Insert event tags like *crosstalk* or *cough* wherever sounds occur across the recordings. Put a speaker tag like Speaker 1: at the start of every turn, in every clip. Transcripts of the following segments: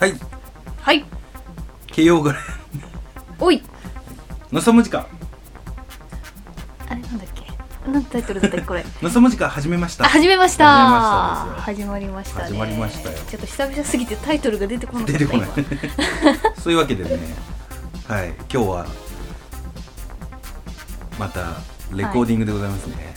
Speaker 1: はい
Speaker 2: はい
Speaker 1: 慶応から
Speaker 2: おい
Speaker 1: のさもじか
Speaker 2: あれなんだっけなんてタイトルだったっけ
Speaker 1: *laughs*
Speaker 2: これ
Speaker 1: のさもじか始めました
Speaker 2: あ始めました
Speaker 1: 始
Speaker 2: 始まりましたね
Speaker 1: 始まりましたよ
Speaker 2: ちょっと久々すぎてタイトルが出てこなかっ
Speaker 1: 出
Speaker 2: た
Speaker 1: てこない
Speaker 2: 今
Speaker 1: そういうわけでねはい今日はまたレコーディングでございますね、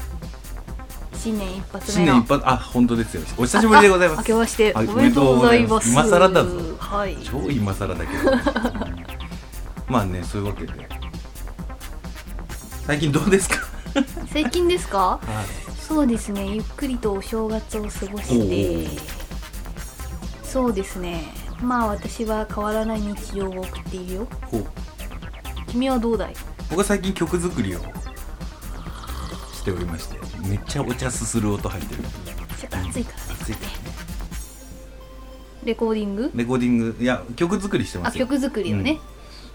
Speaker 2: 新年一発
Speaker 1: 新
Speaker 2: 目の
Speaker 1: 年一発あ本当ですよお久しぶりでございま
Speaker 2: ああ明
Speaker 1: す
Speaker 2: けまして
Speaker 1: あ
Speaker 2: おめでとうございます
Speaker 1: おめでとうございます今更だぞ
Speaker 2: はい
Speaker 1: 超今更だけど、まあねそういうわけで最近どうですか
Speaker 2: 最近ですか
Speaker 1: はい
Speaker 2: そうですねゆっくりとお正月を過ごしてそうですねまあ私は変わらない日常を送っているよ
Speaker 1: こう
Speaker 2: 君はどうだい
Speaker 1: 僕は最近曲作りをしておりましてめっちゃお茶すする音入ってる
Speaker 2: ちょっと暑いから
Speaker 1: 暑いね
Speaker 2: レコーディング
Speaker 1: レコーディングいや曲作りしてま
Speaker 2: あ
Speaker 1: すよ
Speaker 2: 曲作りをね、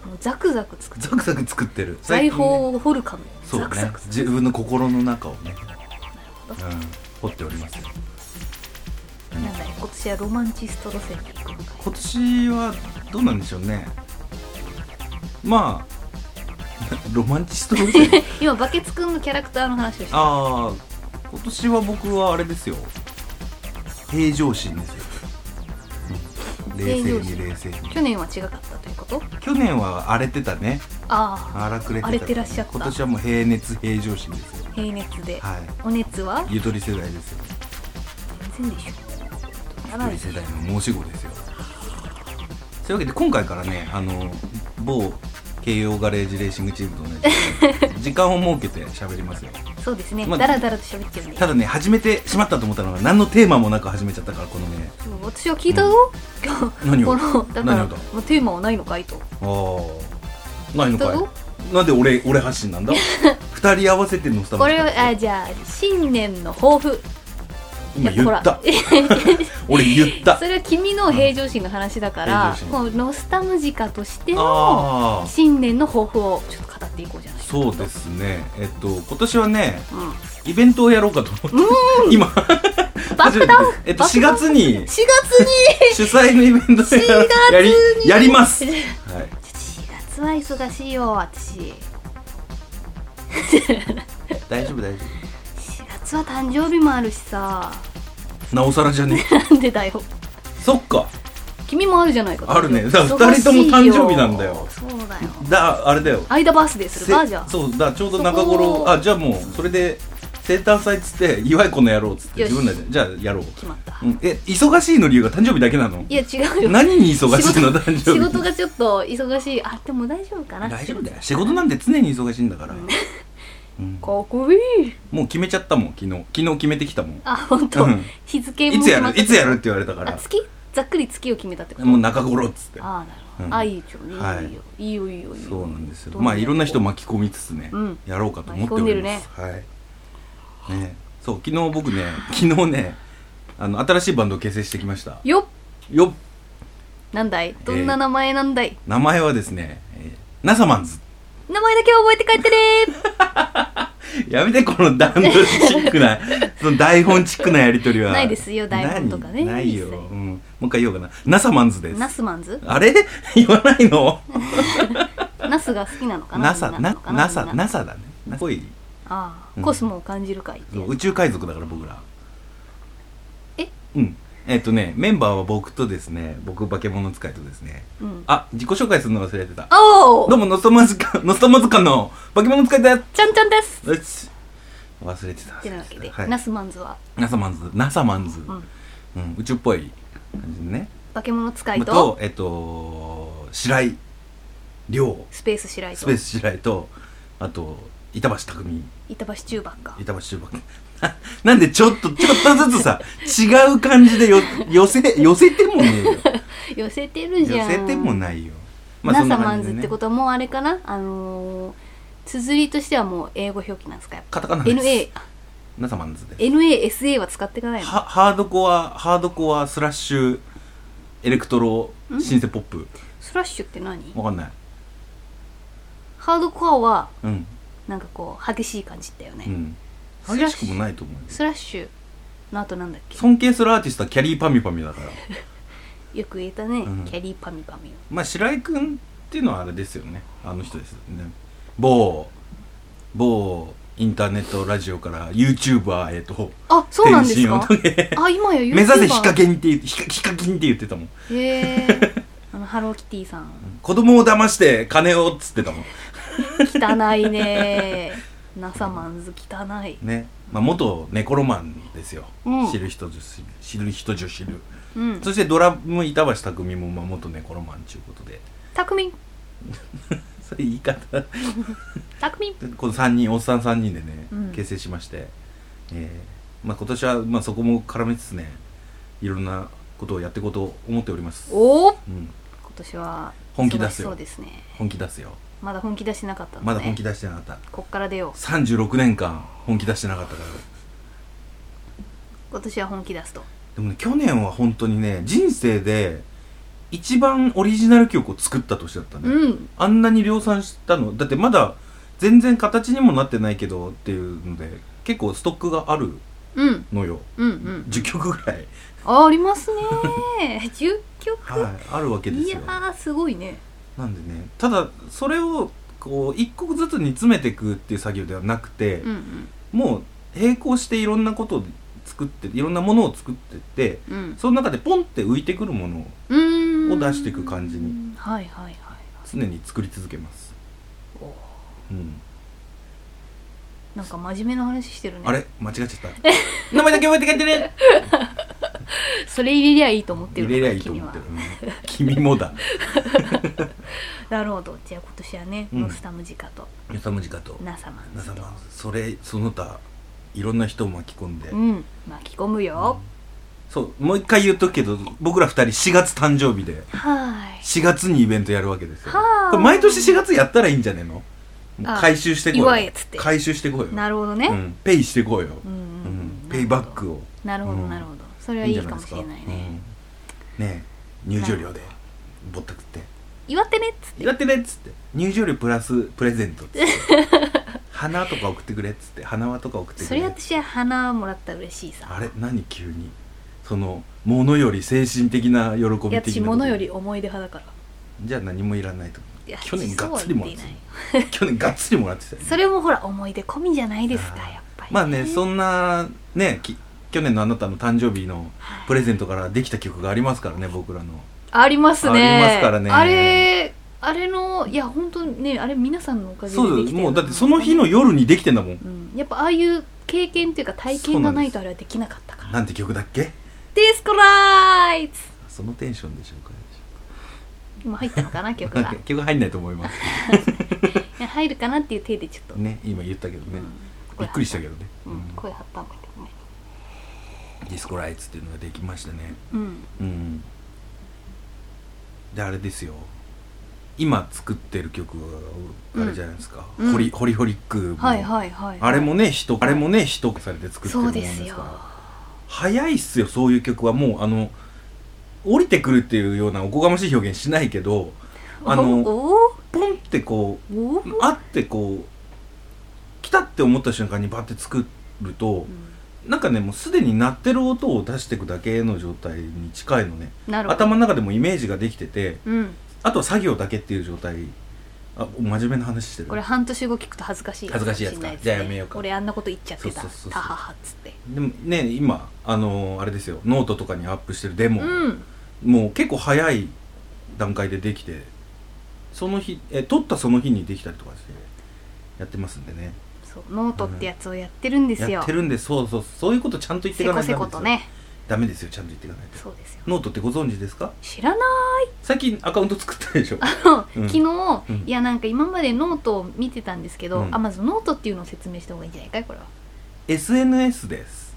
Speaker 2: もうザクザク作って
Speaker 1: ザクザク作ってる最
Speaker 2: 財
Speaker 1: 近ね
Speaker 2: 宝を掘るかのように
Speaker 1: そう
Speaker 2: ザク
Speaker 1: ね
Speaker 2: ザク作
Speaker 1: 自分の心の中をね、う
Speaker 2: ほど
Speaker 1: ん、掘っておりますよ
Speaker 2: るなんだい今年はロマンチスト路線で行くのかい
Speaker 1: 今年はどうなんでしょうねまあロマンチスト路線
Speaker 2: 今バケツくんのキャラクターの話をして
Speaker 1: ああ今年は僕はあれですよ平常心ですよ、うん冷静
Speaker 2: 平常
Speaker 1: に
Speaker 2: 心
Speaker 1: 冷静に
Speaker 2: 去年は違かったということ
Speaker 1: 去年は荒れてたね
Speaker 2: ああ
Speaker 1: 荒くれてた
Speaker 2: 荒れてらっしゃった
Speaker 1: 今年はもう平熱平常心ですよ
Speaker 2: 平熱で、
Speaker 1: はい
Speaker 2: お熱は
Speaker 1: ゆとり世代ですよ
Speaker 2: 全然でしょや
Speaker 1: ゆと
Speaker 2: ばい
Speaker 1: り世代の申し子ですよそういうわけで今回からねあの某慶応ガレージレーシングチームと同じ
Speaker 2: *laughs*
Speaker 1: で時間を設けて喋りますよ
Speaker 2: そうですね、
Speaker 1: まあ
Speaker 2: だらだらと喋っちゃうんで
Speaker 1: ただね始めてしまったと思ったのが何のテーマもなく始めちゃったからこのね
Speaker 2: もう私は聞いたぞ、
Speaker 1: 何を
Speaker 2: このだか
Speaker 1: 何
Speaker 2: ら
Speaker 1: をだ
Speaker 2: もうテーマはないのかいと
Speaker 1: ああないの
Speaker 2: ど
Speaker 1: か
Speaker 2: う
Speaker 1: いなんで俺俺発信なん
Speaker 2: *laughs*
Speaker 1: だ二人合わせてのスタ
Speaker 2: これはあじゃあ新年の抱負
Speaker 1: 今
Speaker 2: いや
Speaker 1: 言
Speaker 2: ほ
Speaker 1: っ
Speaker 2: ら
Speaker 1: た *laughs* 俺言った
Speaker 2: *laughs* それは君の平常心の話だから、
Speaker 1: 平
Speaker 2: こうノスタムジカとしての
Speaker 1: ああ
Speaker 2: 新年の抱負をちょっと語っていこうじゃないか
Speaker 1: そうですねえっと今年はね
Speaker 2: うん、
Speaker 1: イベントをやろうかと思って *laughs* 今初
Speaker 2: 爆
Speaker 1: めて
Speaker 2: 弾
Speaker 1: えっと
Speaker 2: 爆
Speaker 1: 4
Speaker 2: 弾
Speaker 1: 月に
Speaker 2: 4月に
Speaker 1: 主催のイベン
Speaker 2: *laughs*
Speaker 1: トをや
Speaker 2: 4月
Speaker 1: やり
Speaker 2: に
Speaker 1: やり
Speaker 2: *laughs*
Speaker 1: ます
Speaker 2: 4
Speaker 1: はい
Speaker 2: 月は忙しいよ私
Speaker 1: 大丈夫大丈
Speaker 2: 4月は誕生日もあるしさ
Speaker 1: 夫なおさらじゃ
Speaker 2: *laughs*
Speaker 1: ねえ
Speaker 2: なんでだよ
Speaker 1: そっか
Speaker 2: 君もあるじゃないか
Speaker 1: あるねだから
Speaker 2: 忙しいよ
Speaker 1: 二人とも誕生日なんだよ
Speaker 2: そうだよ
Speaker 1: だあれだよ
Speaker 2: 間バースデーするかじゃあ
Speaker 1: そうだちょうど中
Speaker 2: そ
Speaker 1: 頃
Speaker 2: こ
Speaker 1: あじゃあもうそれで生誕祭っつって祝いこの野郎っつって
Speaker 2: よし
Speaker 1: 自分らでじゃあやろう、
Speaker 2: 決まった、
Speaker 1: うん、え忙しいの理由が誕生日だけなの
Speaker 2: いや違うよ
Speaker 1: 何に忙しいの
Speaker 2: 仕事
Speaker 1: 誕生日
Speaker 2: 仕事がちょっと忙しいあでも大丈夫かな
Speaker 1: 大丈夫だよ仕事なんて常に忙しいんだから、うん
Speaker 2: かっこいい
Speaker 1: もう決めちゃったもん昨日昨日決めてきたもん
Speaker 2: あ本当、
Speaker 1: うん
Speaker 2: 日付も
Speaker 1: いつや
Speaker 2: 決まっ
Speaker 1: る
Speaker 2: た
Speaker 1: いつやるって言われたか
Speaker 2: あ
Speaker 1: ら
Speaker 2: 月ざっくり月を決めたってこと
Speaker 1: もう中頃っつって
Speaker 2: ああなるほど、
Speaker 1: うん
Speaker 2: あいいじゃんいいよ、
Speaker 1: はい
Speaker 2: い、いよいいよいいよいいよ
Speaker 1: そうなんですよ
Speaker 2: どん
Speaker 1: まあいろんな人
Speaker 2: も
Speaker 1: 巻き込みつつね、
Speaker 2: うん
Speaker 1: やろうかと思っております
Speaker 2: 巻
Speaker 1: はいねそう昨日僕ね *laughs* 昨日ねあの新しいバンドを結成してきました
Speaker 2: よっ
Speaker 1: よっ
Speaker 2: なんだいどんな名前なんだい、
Speaker 1: 名前はですね、えーナサマンズ
Speaker 2: 名前だけは覚えて帰ってねー
Speaker 1: やめてこの段取りチック
Speaker 2: *laughs*
Speaker 1: なその台本チックなやり取りは
Speaker 2: ないですよ台本とか
Speaker 1: 何
Speaker 2: ね
Speaker 1: ないよ、
Speaker 2: 一
Speaker 1: う
Speaker 2: 切
Speaker 1: ん、もう一回言おうかなナサマンズです
Speaker 2: ナスマンズ
Speaker 1: あれ *laughs* 言わないの
Speaker 2: ナスが好きなのかな
Speaker 1: ナサ
Speaker 2: みんな
Speaker 1: な
Speaker 2: のかな
Speaker 1: ナサ
Speaker 2: みんな
Speaker 1: ナサだねすごい
Speaker 2: あ
Speaker 1: う
Speaker 2: あ
Speaker 1: ん
Speaker 2: コスモを感じる会って
Speaker 1: そ
Speaker 2: やつ
Speaker 1: う宇宙海賊だから僕ら
Speaker 2: え
Speaker 1: うんえっとねメンバーは僕とですね僕化け物使いとですね
Speaker 2: うん
Speaker 1: あ自己紹介するの忘れてたど
Speaker 2: お
Speaker 1: う
Speaker 2: お
Speaker 1: ものストマズ *laughs* カのストマズカの化け物使いだよ
Speaker 2: ちゃんちゃんです
Speaker 1: し忘れてた
Speaker 2: ってなわけで、
Speaker 1: はい、
Speaker 2: ナスマンズは、
Speaker 1: ナサマンズナサマンズ、う
Speaker 2: うんん、
Speaker 1: 宇宙っぽい感じのね
Speaker 2: 化け物使いと
Speaker 1: とえっと白井亮
Speaker 2: スペース白井
Speaker 1: ス
Speaker 2: と
Speaker 1: ペース白井とあと板橋匠
Speaker 2: 板橋中盤か
Speaker 1: 板橋中盤 *laughs* なんでちょっとちょっとずつさ違う感じでよ寄せ寄せてもねえよ
Speaker 2: 寄せてる
Speaker 1: 寄
Speaker 2: じゃん
Speaker 1: せてもないよ
Speaker 2: ナ
Speaker 1: ん
Speaker 2: サマ
Speaker 1: 感
Speaker 2: ン
Speaker 1: じで
Speaker 2: ズっ
Speaker 1: ね
Speaker 2: てことはもうあれかなあのー、綴りとしてはもう英語表記なんですかやっぱ
Speaker 1: カタカナです
Speaker 2: NA
Speaker 1: ナサマンズで
Speaker 2: NASA は使っていかないの
Speaker 1: はハードコアハードコアスラッシュエレクトロシンセポップ
Speaker 2: スラッシュって何
Speaker 1: わかんない
Speaker 2: ハードコアは
Speaker 1: うん
Speaker 2: なんかこう激しい感じだよね、
Speaker 1: うん
Speaker 2: ス
Speaker 1: 激
Speaker 2: ラッ
Speaker 1: し
Speaker 2: シュ
Speaker 1: くもないと思うよ
Speaker 2: スラッシュの後なんだっけ *laughs*
Speaker 1: 尊敬するアーティストはキャリーパミュパミュだから
Speaker 2: よく言えたね、
Speaker 1: うん
Speaker 2: キャリーパミパミ
Speaker 1: まあ白井君っていうのはあれですよねあの人ですよね某某インターネットラジオから YouTuber へと
Speaker 2: あそうなん
Speaker 1: 転
Speaker 2: です
Speaker 1: 身を
Speaker 2: か
Speaker 1: 遂げ
Speaker 2: あ今や YouTuber
Speaker 1: 目指せヒカキンって言ってヒカヒカキンって言ってたもん
Speaker 2: へえ
Speaker 1: *laughs*
Speaker 2: あのハローキティさん
Speaker 1: 子供を騙して金をっつってたもん
Speaker 2: 汚いね NASA マンズ汚い
Speaker 1: ね、まあ、元ネコロマンですよ、
Speaker 2: うん
Speaker 1: 知る人ぞ知る知る人ぞ知る
Speaker 2: うん
Speaker 1: そしてドラム板橋匠もまあ元ネコロマンちゅうことで
Speaker 2: たくみん
Speaker 1: それ言い方
Speaker 2: たくみん
Speaker 1: この3人おっさん3人でね、
Speaker 2: うん
Speaker 1: 結成しまして、えーまあ、今年はまあそこも絡めつつねいろんなことをやっていこうと思っております、
Speaker 2: おお今
Speaker 1: うん、
Speaker 2: 年は
Speaker 1: 本気出すよ
Speaker 2: 忙しそうですね
Speaker 1: 本気出すよ
Speaker 2: まだ本気出してなかったのね
Speaker 1: まだ本気出してなかった
Speaker 2: こっから出よう
Speaker 1: 36年間本気出してなかったから
Speaker 2: 今年は本気出すと
Speaker 1: でもね去年は本当にね人生で一番オリジナル曲を作った年だったね、
Speaker 2: うん
Speaker 1: あんなに量産したのだってまだ全然形にもなってないけどっていうので結構ストックがある
Speaker 2: うん
Speaker 1: のよ
Speaker 2: うんうん
Speaker 1: 10曲ぐらい、
Speaker 2: ああります
Speaker 1: *laughs*
Speaker 2: ね10曲、
Speaker 1: はい、あるわけで
Speaker 2: い
Speaker 1: す
Speaker 2: や
Speaker 1: よ
Speaker 2: ーすごいね
Speaker 1: なんでねただそれをこう一個ずつ煮詰めていくっていう作業ではなくて、
Speaker 2: うん
Speaker 1: もう並行していろんなことを作っていろんなものを作ってって
Speaker 2: うんうん
Speaker 1: その中でポンって浮いてくるものを
Speaker 2: うーん
Speaker 1: を出していく感じに
Speaker 2: はいはいはい
Speaker 1: 常に作り続けます、
Speaker 2: おー
Speaker 1: うん、
Speaker 2: なんか真面目な話してるね
Speaker 1: あれ間違っちゃった名前だけ覚えて帰ってね
Speaker 2: それ入れりゃいいと思ってる
Speaker 1: 入
Speaker 2: のか
Speaker 1: れりゃいいと思ってる君は君
Speaker 2: *laughs*
Speaker 1: もだ
Speaker 2: 君はなるほどじゃあ今年はね、
Speaker 1: うん
Speaker 2: ノスタムジカと
Speaker 1: よさむじかと
Speaker 2: ナサマン
Speaker 1: 皆
Speaker 2: ズと
Speaker 1: 様それその他いろんな人を巻き込んで、
Speaker 2: うん巻き込むよ、
Speaker 1: そうもう一回言っとくけど僕ら二人4月誕生日で
Speaker 2: はーい
Speaker 1: 4月にイベントやるわけですよ
Speaker 2: はあ
Speaker 1: これ毎年4月やったらいいんじゃねえのもう
Speaker 2: あ
Speaker 1: 回収してこ
Speaker 2: 祝
Speaker 1: う
Speaker 2: え
Speaker 1: よ
Speaker 2: っつって
Speaker 1: 回収してこうよ
Speaker 2: なるほど
Speaker 1: う
Speaker 2: ね、
Speaker 1: ん、ペイしてこうよ、
Speaker 2: うんうん
Speaker 1: う
Speaker 2: うんん
Speaker 1: ペイバックを
Speaker 2: なるほどなるほどそれはい
Speaker 1: いん
Speaker 2: い
Speaker 1: じゃない
Speaker 2: か
Speaker 1: です
Speaker 2: も
Speaker 1: か
Speaker 2: しれないね、
Speaker 1: うんねえ入場料でぼったくって
Speaker 2: 祝ってねっつ
Speaker 1: 「
Speaker 2: って
Speaker 1: やってね」っつって入場料プラスプレゼントっつって
Speaker 2: *laughs*
Speaker 1: 花とか送ってくれっつって花輪とか送ってく
Speaker 2: そ
Speaker 1: れ
Speaker 2: れ私は花もらったら嬉しいさ
Speaker 1: あれ何急にその物より精神的な喜び的
Speaker 2: い
Speaker 1: な
Speaker 2: や
Speaker 1: こと
Speaker 2: 私物より思い出派だから
Speaker 1: じゃあ何もいらないと
Speaker 2: いや
Speaker 1: 去年がっつりもらって
Speaker 2: そうは言ってい
Speaker 1: たよ *laughs* 去年がっつりもらってたよ、
Speaker 2: ないそれもほら思い出込みじゃないですか
Speaker 1: あー
Speaker 2: やっぱり、
Speaker 1: まあねそ
Speaker 2: ん
Speaker 1: んなねき去年のあなたの誕生日の
Speaker 2: はい
Speaker 1: プレゼントからできた曲がありますからね僕らの
Speaker 2: ありますね
Speaker 1: ありますからね
Speaker 2: あれあれのいや本当ねあれ皆さんのおかげで
Speaker 1: そう
Speaker 2: で
Speaker 1: で
Speaker 2: き
Speaker 1: す
Speaker 2: てる
Speaker 1: もうだってその日の夜にできてんだもん
Speaker 2: うん、やっぱああいう経験っていうか体験がないとあれはできなかったから
Speaker 1: なんて曲だっけ
Speaker 2: ディスコライツ
Speaker 1: そのテンションでしょうか
Speaker 2: 今入ったのか
Speaker 1: *laughs*
Speaker 2: な曲
Speaker 1: なん
Speaker 2: が
Speaker 1: か曲入んないと思います
Speaker 2: いや入るかなっていう手でちょっと、
Speaker 1: けどね今言ったけどね、びっくりしたけどね、
Speaker 2: ど、うん、声張ったんだけどね
Speaker 1: ディスコライツっていうのができましたね
Speaker 2: うん
Speaker 1: うんであれですよ今作ってる曲があれじゃないですか、
Speaker 2: うん
Speaker 1: ホリホリホリックも、
Speaker 2: はいはいはい、はい、
Speaker 1: あれもね人あれもね人されて作ってる
Speaker 2: そ
Speaker 1: もの
Speaker 2: う
Speaker 1: で
Speaker 2: です
Speaker 1: す
Speaker 2: よ
Speaker 1: から早いっすよそういう曲はもうあの降りてくるっていうようなおこがましい表現しないけどあの
Speaker 2: お
Speaker 1: ポンってこ
Speaker 2: おおお、
Speaker 1: うあってこう来たって思った瞬間にバッて作ると
Speaker 2: うん
Speaker 1: なんかねもうすでに鳴ってる音を出していくだけの状態に近いのね
Speaker 2: なるほど
Speaker 1: 頭の中でもイメージができてて
Speaker 2: うん
Speaker 1: あとは作業だけっていう状態あ真面目な話してる
Speaker 2: これ半年後聞くと恥ずかしい
Speaker 1: 恥ずかしいやつか
Speaker 2: もれなです
Speaker 1: じゃあやめようか
Speaker 2: 俺あんなこと言っちゃってた
Speaker 1: そうそうそうそう
Speaker 2: タハハっつって
Speaker 1: でもね今あのーあれですよノートとかにアップしてるデモ、
Speaker 2: うん
Speaker 1: もう結構早い段階でできてその日え撮ったその日にできたりとかしてやってますんでね
Speaker 2: そうノートってやつをやってるんですよ、
Speaker 1: やってるんでそうそうそういうことちゃんと言ってい
Speaker 2: せ
Speaker 1: かな
Speaker 2: こ
Speaker 1: いとダメです
Speaker 2: せこ
Speaker 1: よ
Speaker 2: とね
Speaker 1: ダメですよちゃんと言っていかないと
Speaker 2: そうですよ
Speaker 1: ノートってご存知ですか
Speaker 2: 知らない
Speaker 1: 最近アカウント作ったでしょうん
Speaker 2: 昨日、
Speaker 1: うん
Speaker 2: いやなんか今までノートを見てたんですけど、
Speaker 1: うん
Speaker 2: あまずノートっていうのを説明した方がいいんじゃないかいこれは
Speaker 1: SNS です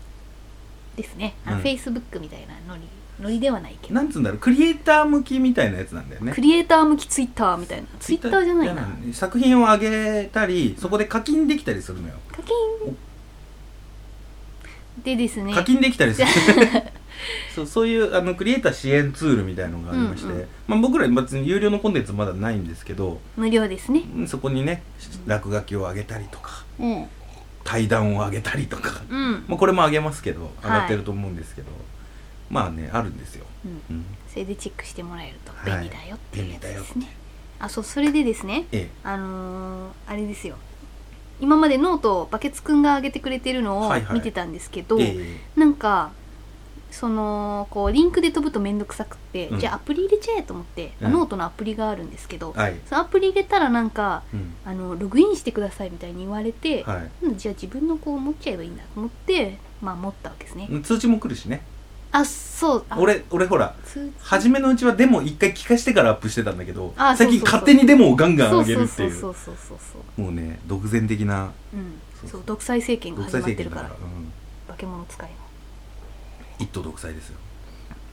Speaker 2: ですねあの、
Speaker 1: うん
Speaker 2: フェイスブックみたいなノリノリではないけど、
Speaker 1: なんつうんだろうクリエイター向きみたいなやつなんだよね
Speaker 2: クリエイター向きツイッターみたいなツイッターじゃないな
Speaker 1: 作品を上げたりそこで課金できたりするのよ
Speaker 2: 課金でですね
Speaker 1: 課金できた
Speaker 2: *laughs*
Speaker 1: りする *laughs* そうそういうあのクリエイター支援ツールみたいのがありまして、
Speaker 2: うんうん
Speaker 1: まあ、僕ら別に有料のコンテンツまだないんですけど
Speaker 2: 無料ですね
Speaker 1: うんそこにね落書きを上げたりとか
Speaker 2: うん
Speaker 1: 対談を上げたりとか、
Speaker 2: うん
Speaker 1: まあ、これも上げますけど上
Speaker 2: はい
Speaker 1: がってると思うんですけど、まあねあるんですよ、
Speaker 2: うん
Speaker 1: うん、
Speaker 2: それでチェックしてもらえると
Speaker 1: はい
Speaker 2: 便利だよっていうやつです
Speaker 1: 便利だ
Speaker 2: ね
Speaker 1: よ、
Speaker 2: あそうそれでですね
Speaker 1: ええ
Speaker 2: あのーあれですよ今までノートをバケツくんが上げてくれてるのを
Speaker 1: はいはい
Speaker 2: 見てたんですけど、
Speaker 1: ええ
Speaker 2: なんかそのこうリンクで飛ぶと面倒くさくって、
Speaker 1: うん
Speaker 2: じゃあアプリ入れちゃえと思って、
Speaker 1: うん
Speaker 2: ノートのアプリがあるんですけど、
Speaker 1: はい、
Speaker 2: そのアプリ入れたらなんか
Speaker 1: うん、
Speaker 2: あのログインしてくださいみたいに言われて、
Speaker 1: はい
Speaker 2: うんじゃあ自分の子を持っちゃえばいいんだと思ってまあ持ったわけですね、
Speaker 1: 通知も来るしね
Speaker 2: あそうあ
Speaker 1: 俺俺ほら
Speaker 2: 通知
Speaker 1: 初めのうちはデモを一回聞かしてからアップしてたんだけど
Speaker 2: あ
Speaker 1: 最近
Speaker 2: そうそうそう
Speaker 1: 勝手にデモをガンガン上
Speaker 2: そう
Speaker 1: げ
Speaker 2: そ
Speaker 1: る
Speaker 2: う
Speaker 1: って
Speaker 2: そ
Speaker 1: いうう
Speaker 2: そうそうそうそう
Speaker 1: もうね独善的な
Speaker 2: うん
Speaker 1: そうそう
Speaker 2: そう独裁政権が
Speaker 1: 独
Speaker 2: 始
Speaker 1: 裁
Speaker 2: まっ
Speaker 1: 政
Speaker 2: てる
Speaker 1: 権だ
Speaker 2: か
Speaker 1: からら、
Speaker 2: 化け物使いの
Speaker 1: うん、一党独裁ですよ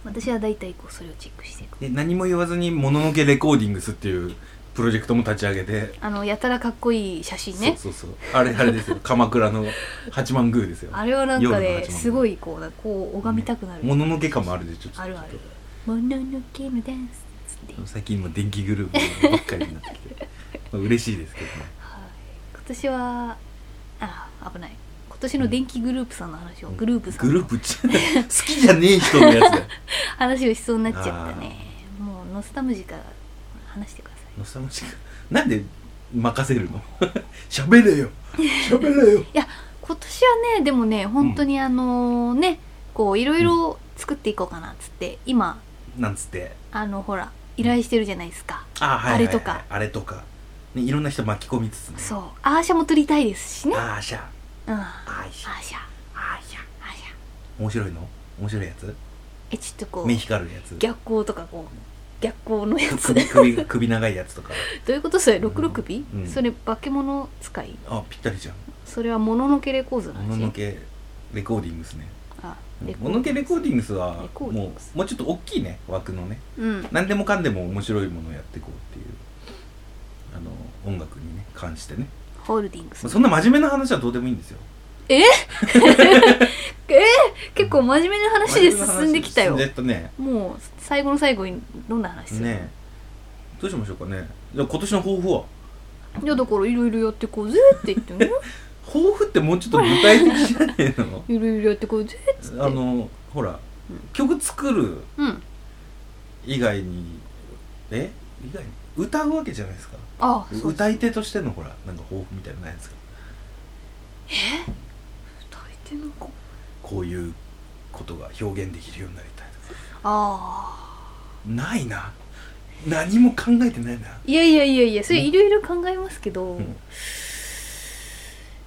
Speaker 2: 私は大体こうそれをチェックしていく
Speaker 1: で何も言わずに「もののけレコーディングス」っていうプロジェクトも立ち上げて、
Speaker 2: あのやたらかっこいい写真ね
Speaker 1: そうそうそうあれあれ
Speaker 2: *laughs*
Speaker 1: ですよ鎌倉の八幡宮ですよ
Speaker 2: あれはなん
Speaker 1: 夜
Speaker 2: か
Speaker 1: の八
Speaker 2: ね
Speaker 1: 幡宮
Speaker 2: すごいこうなこう拝みたくなる、
Speaker 1: もののけ感もあるんでちょっと
Speaker 2: あるある
Speaker 1: ちょっ
Speaker 2: もののけのダンスっつって、
Speaker 1: と
Speaker 2: はい、
Speaker 1: 最近も電気グループばっかりになってきてまあ嬉しいですけどね
Speaker 2: 今年はあ危ない今年の電気グループさんの話を、グループさんの
Speaker 1: グループち好きじゃねえ人のやつだよ
Speaker 2: 話をしそうになっちゃったねもうノスタムジから話してください
Speaker 1: ノスタルジックなんで任せるの *laughs* 喋れよ喋れよ
Speaker 2: いや今年はねでもね本当にあのねこういろいろ作っていこうかなっつって今
Speaker 1: なんつって
Speaker 2: あのほら依頼してるじゃないですか、
Speaker 1: あ,、はいはいはい、
Speaker 2: あれとか
Speaker 1: あれとか、ね、いろんな人巻き込みつつね
Speaker 2: そうアーシャも撮りたいですしね
Speaker 1: あーしゃ
Speaker 2: うんア
Speaker 1: あーしゃ
Speaker 2: ーシャ
Speaker 1: あーしゃ
Speaker 2: アーシャ
Speaker 1: 面白いの面白いやつ
Speaker 2: えちょっとこう
Speaker 1: 目光るやつ
Speaker 2: 逆光とかこう逆光のやつど
Speaker 1: 首首首長いやつとか
Speaker 2: ういうことそれ六六尾、
Speaker 1: うん
Speaker 2: それ化け物使い
Speaker 1: あぴったりじゃん
Speaker 2: それはもののけレコーズの
Speaker 1: もの
Speaker 2: 話
Speaker 1: のけレコーディングスね
Speaker 2: あレコ
Speaker 1: もののけレコーディングスは
Speaker 2: レコ
Speaker 1: も
Speaker 2: ー
Speaker 1: う
Speaker 2: ディングス
Speaker 1: もうちょっと大きいね枠のね
Speaker 2: うん
Speaker 1: 何でもかんでも面白いものをやっていこうっていうあの音楽にね関してね
Speaker 2: ホールディング
Speaker 1: まあ
Speaker 2: ス
Speaker 1: そんな真面目な話はどうでもいいんですよ
Speaker 2: *laughs* 結構真面目な話で進んできたよ
Speaker 1: 真面目な話進んでったね
Speaker 2: もう最後の最後にどんな話するの、
Speaker 1: ねどうしましょうかねじゃあ今年の抱負はい
Speaker 2: やだからいろいろやってこうぜって言っ
Speaker 1: *laughs*
Speaker 2: てね
Speaker 1: 抱負ってもうちょっと具体的じゃねえ
Speaker 2: *laughs*
Speaker 1: の
Speaker 2: いろいろやってこうぜつって
Speaker 1: あのほら
Speaker 2: うん
Speaker 1: 曲作る
Speaker 2: うん
Speaker 1: 以外にえ以外に歌うわけじゃないですか
Speaker 2: あそう
Speaker 1: 歌い手としてのほらなんか抱負みたいなのないですか
Speaker 2: 歌い手の子
Speaker 1: こういうことが表現できるようになりたいとか
Speaker 2: ああ
Speaker 1: ないな何も考えてないない
Speaker 2: やいやいやいやそれいろいろ考えますけど、
Speaker 1: ん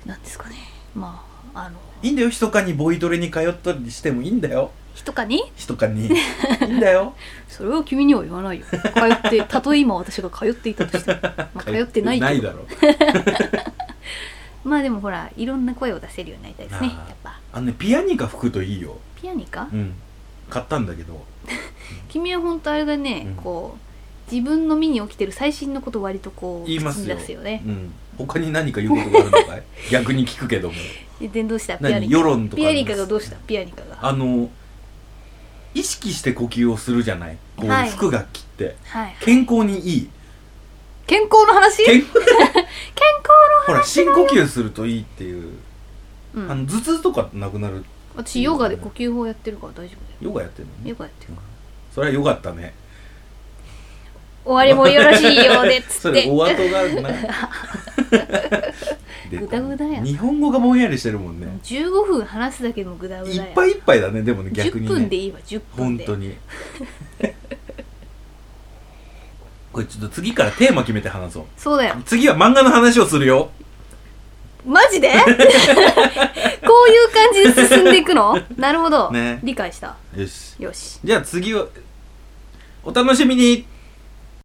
Speaker 2: なんですかねまああの
Speaker 1: いいんだよ密かにボイトレに通ったりしてもいいんだよ
Speaker 2: 人かに
Speaker 1: 密かにいいんだよ
Speaker 2: それは君には言わないよ通って *laughs* たとえ今私が通っていた
Speaker 1: *laughs*
Speaker 2: としても、 *laughs* まあ、通ってない
Speaker 1: な
Speaker 2: け
Speaker 1: い
Speaker 2: ど
Speaker 1: だろ
Speaker 2: まあでもほらいろんな声を出せるようになりたいですね
Speaker 1: あー
Speaker 2: やっぱ
Speaker 1: あのねピアニカ吹くといいよ
Speaker 2: ピアニカ、
Speaker 1: うん買ったんだけど
Speaker 2: 君は本当あれだね、
Speaker 1: うん
Speaker 2: こう自分の身に起きてる最新のことを割とこう
Speaker 1: 言います
Speaker 2: 口
Speaker 1: よ
Speaker 2: に出すよね
Speaker 1: うん他に何か言うことがあるのか
Speaker 2: *laughs*
Speaker 1: い逆に聞くけども
Speaker 2: で電動したピアニ
Speaker 1: 何
Speaker 2: カ
Speaker 1: 世論とか
Speaker 2: ピアニカ
Speaker 1: ありま
Speaker 2: が
Speaker 1: す
Speaker 2: どうしたピアニカが
Speaker 1: あの意識して呼吸をするじゃないこう
Speaker 2: はい
Speaker 1: 服が切って
Speaker 2: はい
Speaker 1: 健康にいい
Speaker 2: *laughs* 健康の話
Speaker 1: 健
Speaker 2: 健
Speaker 1: ほら深呼吸するといいっていう
Speaker 2: 康、う
Speaker 1: あ
Speaker 2: ん、
Speaker 1: の頭痛とかなくなる
Speaker 2: 私ヨガで呼吸法やってるから大丈夫だよ
Speaker 1: ヨガやってるの
Speaker 2: ヨ
Speaker 1: ね
Speaker 2: ガやってるから
Speaker 1: それはよかったね
Speaker 2: 終わりもよろしいようでっ
Speaker 1: *laughs*
Speaker 2: つ
Speaker 1: そ
Speaker 2: っ
Speaker 1: れ
Speaker 2: て
Speaker 1: お後がない
Speaker 2: *laughs*
Speaker 1: 出た
Speaker 2: ぐだぐだや
Speaker 1: 日本語がぼんやりしてるもんね
Speaker 2: 15分話すだけでもグダグダ
Speaker 1: い
Speaker 2: や
Speaker 1: っぱいいっぱいだねでもね逆に
Speaker 2: 10
Speaker 1: ね
Speaker 2: 分でいいわ10分
Speaker 1: 本
Speaker 2: で
Speaker 1: 当
Speaker 2: *laughs*
Speaker 1: にこれちょっと次からテーマ決めて話そう
Speaker 2: そうだよ
Speaker 1: 次は漫画の話をするよ
Speaker 2: マジで
Speaker 1: *laughs*
Speaker 2: こういう感じで進んでいくのなるほど、
Speaker 1: ね
Speaker 2: 理解した
Speaker 1: よし
Speaker 2: よし
Speaker 1: じゃあ次はお楽しみに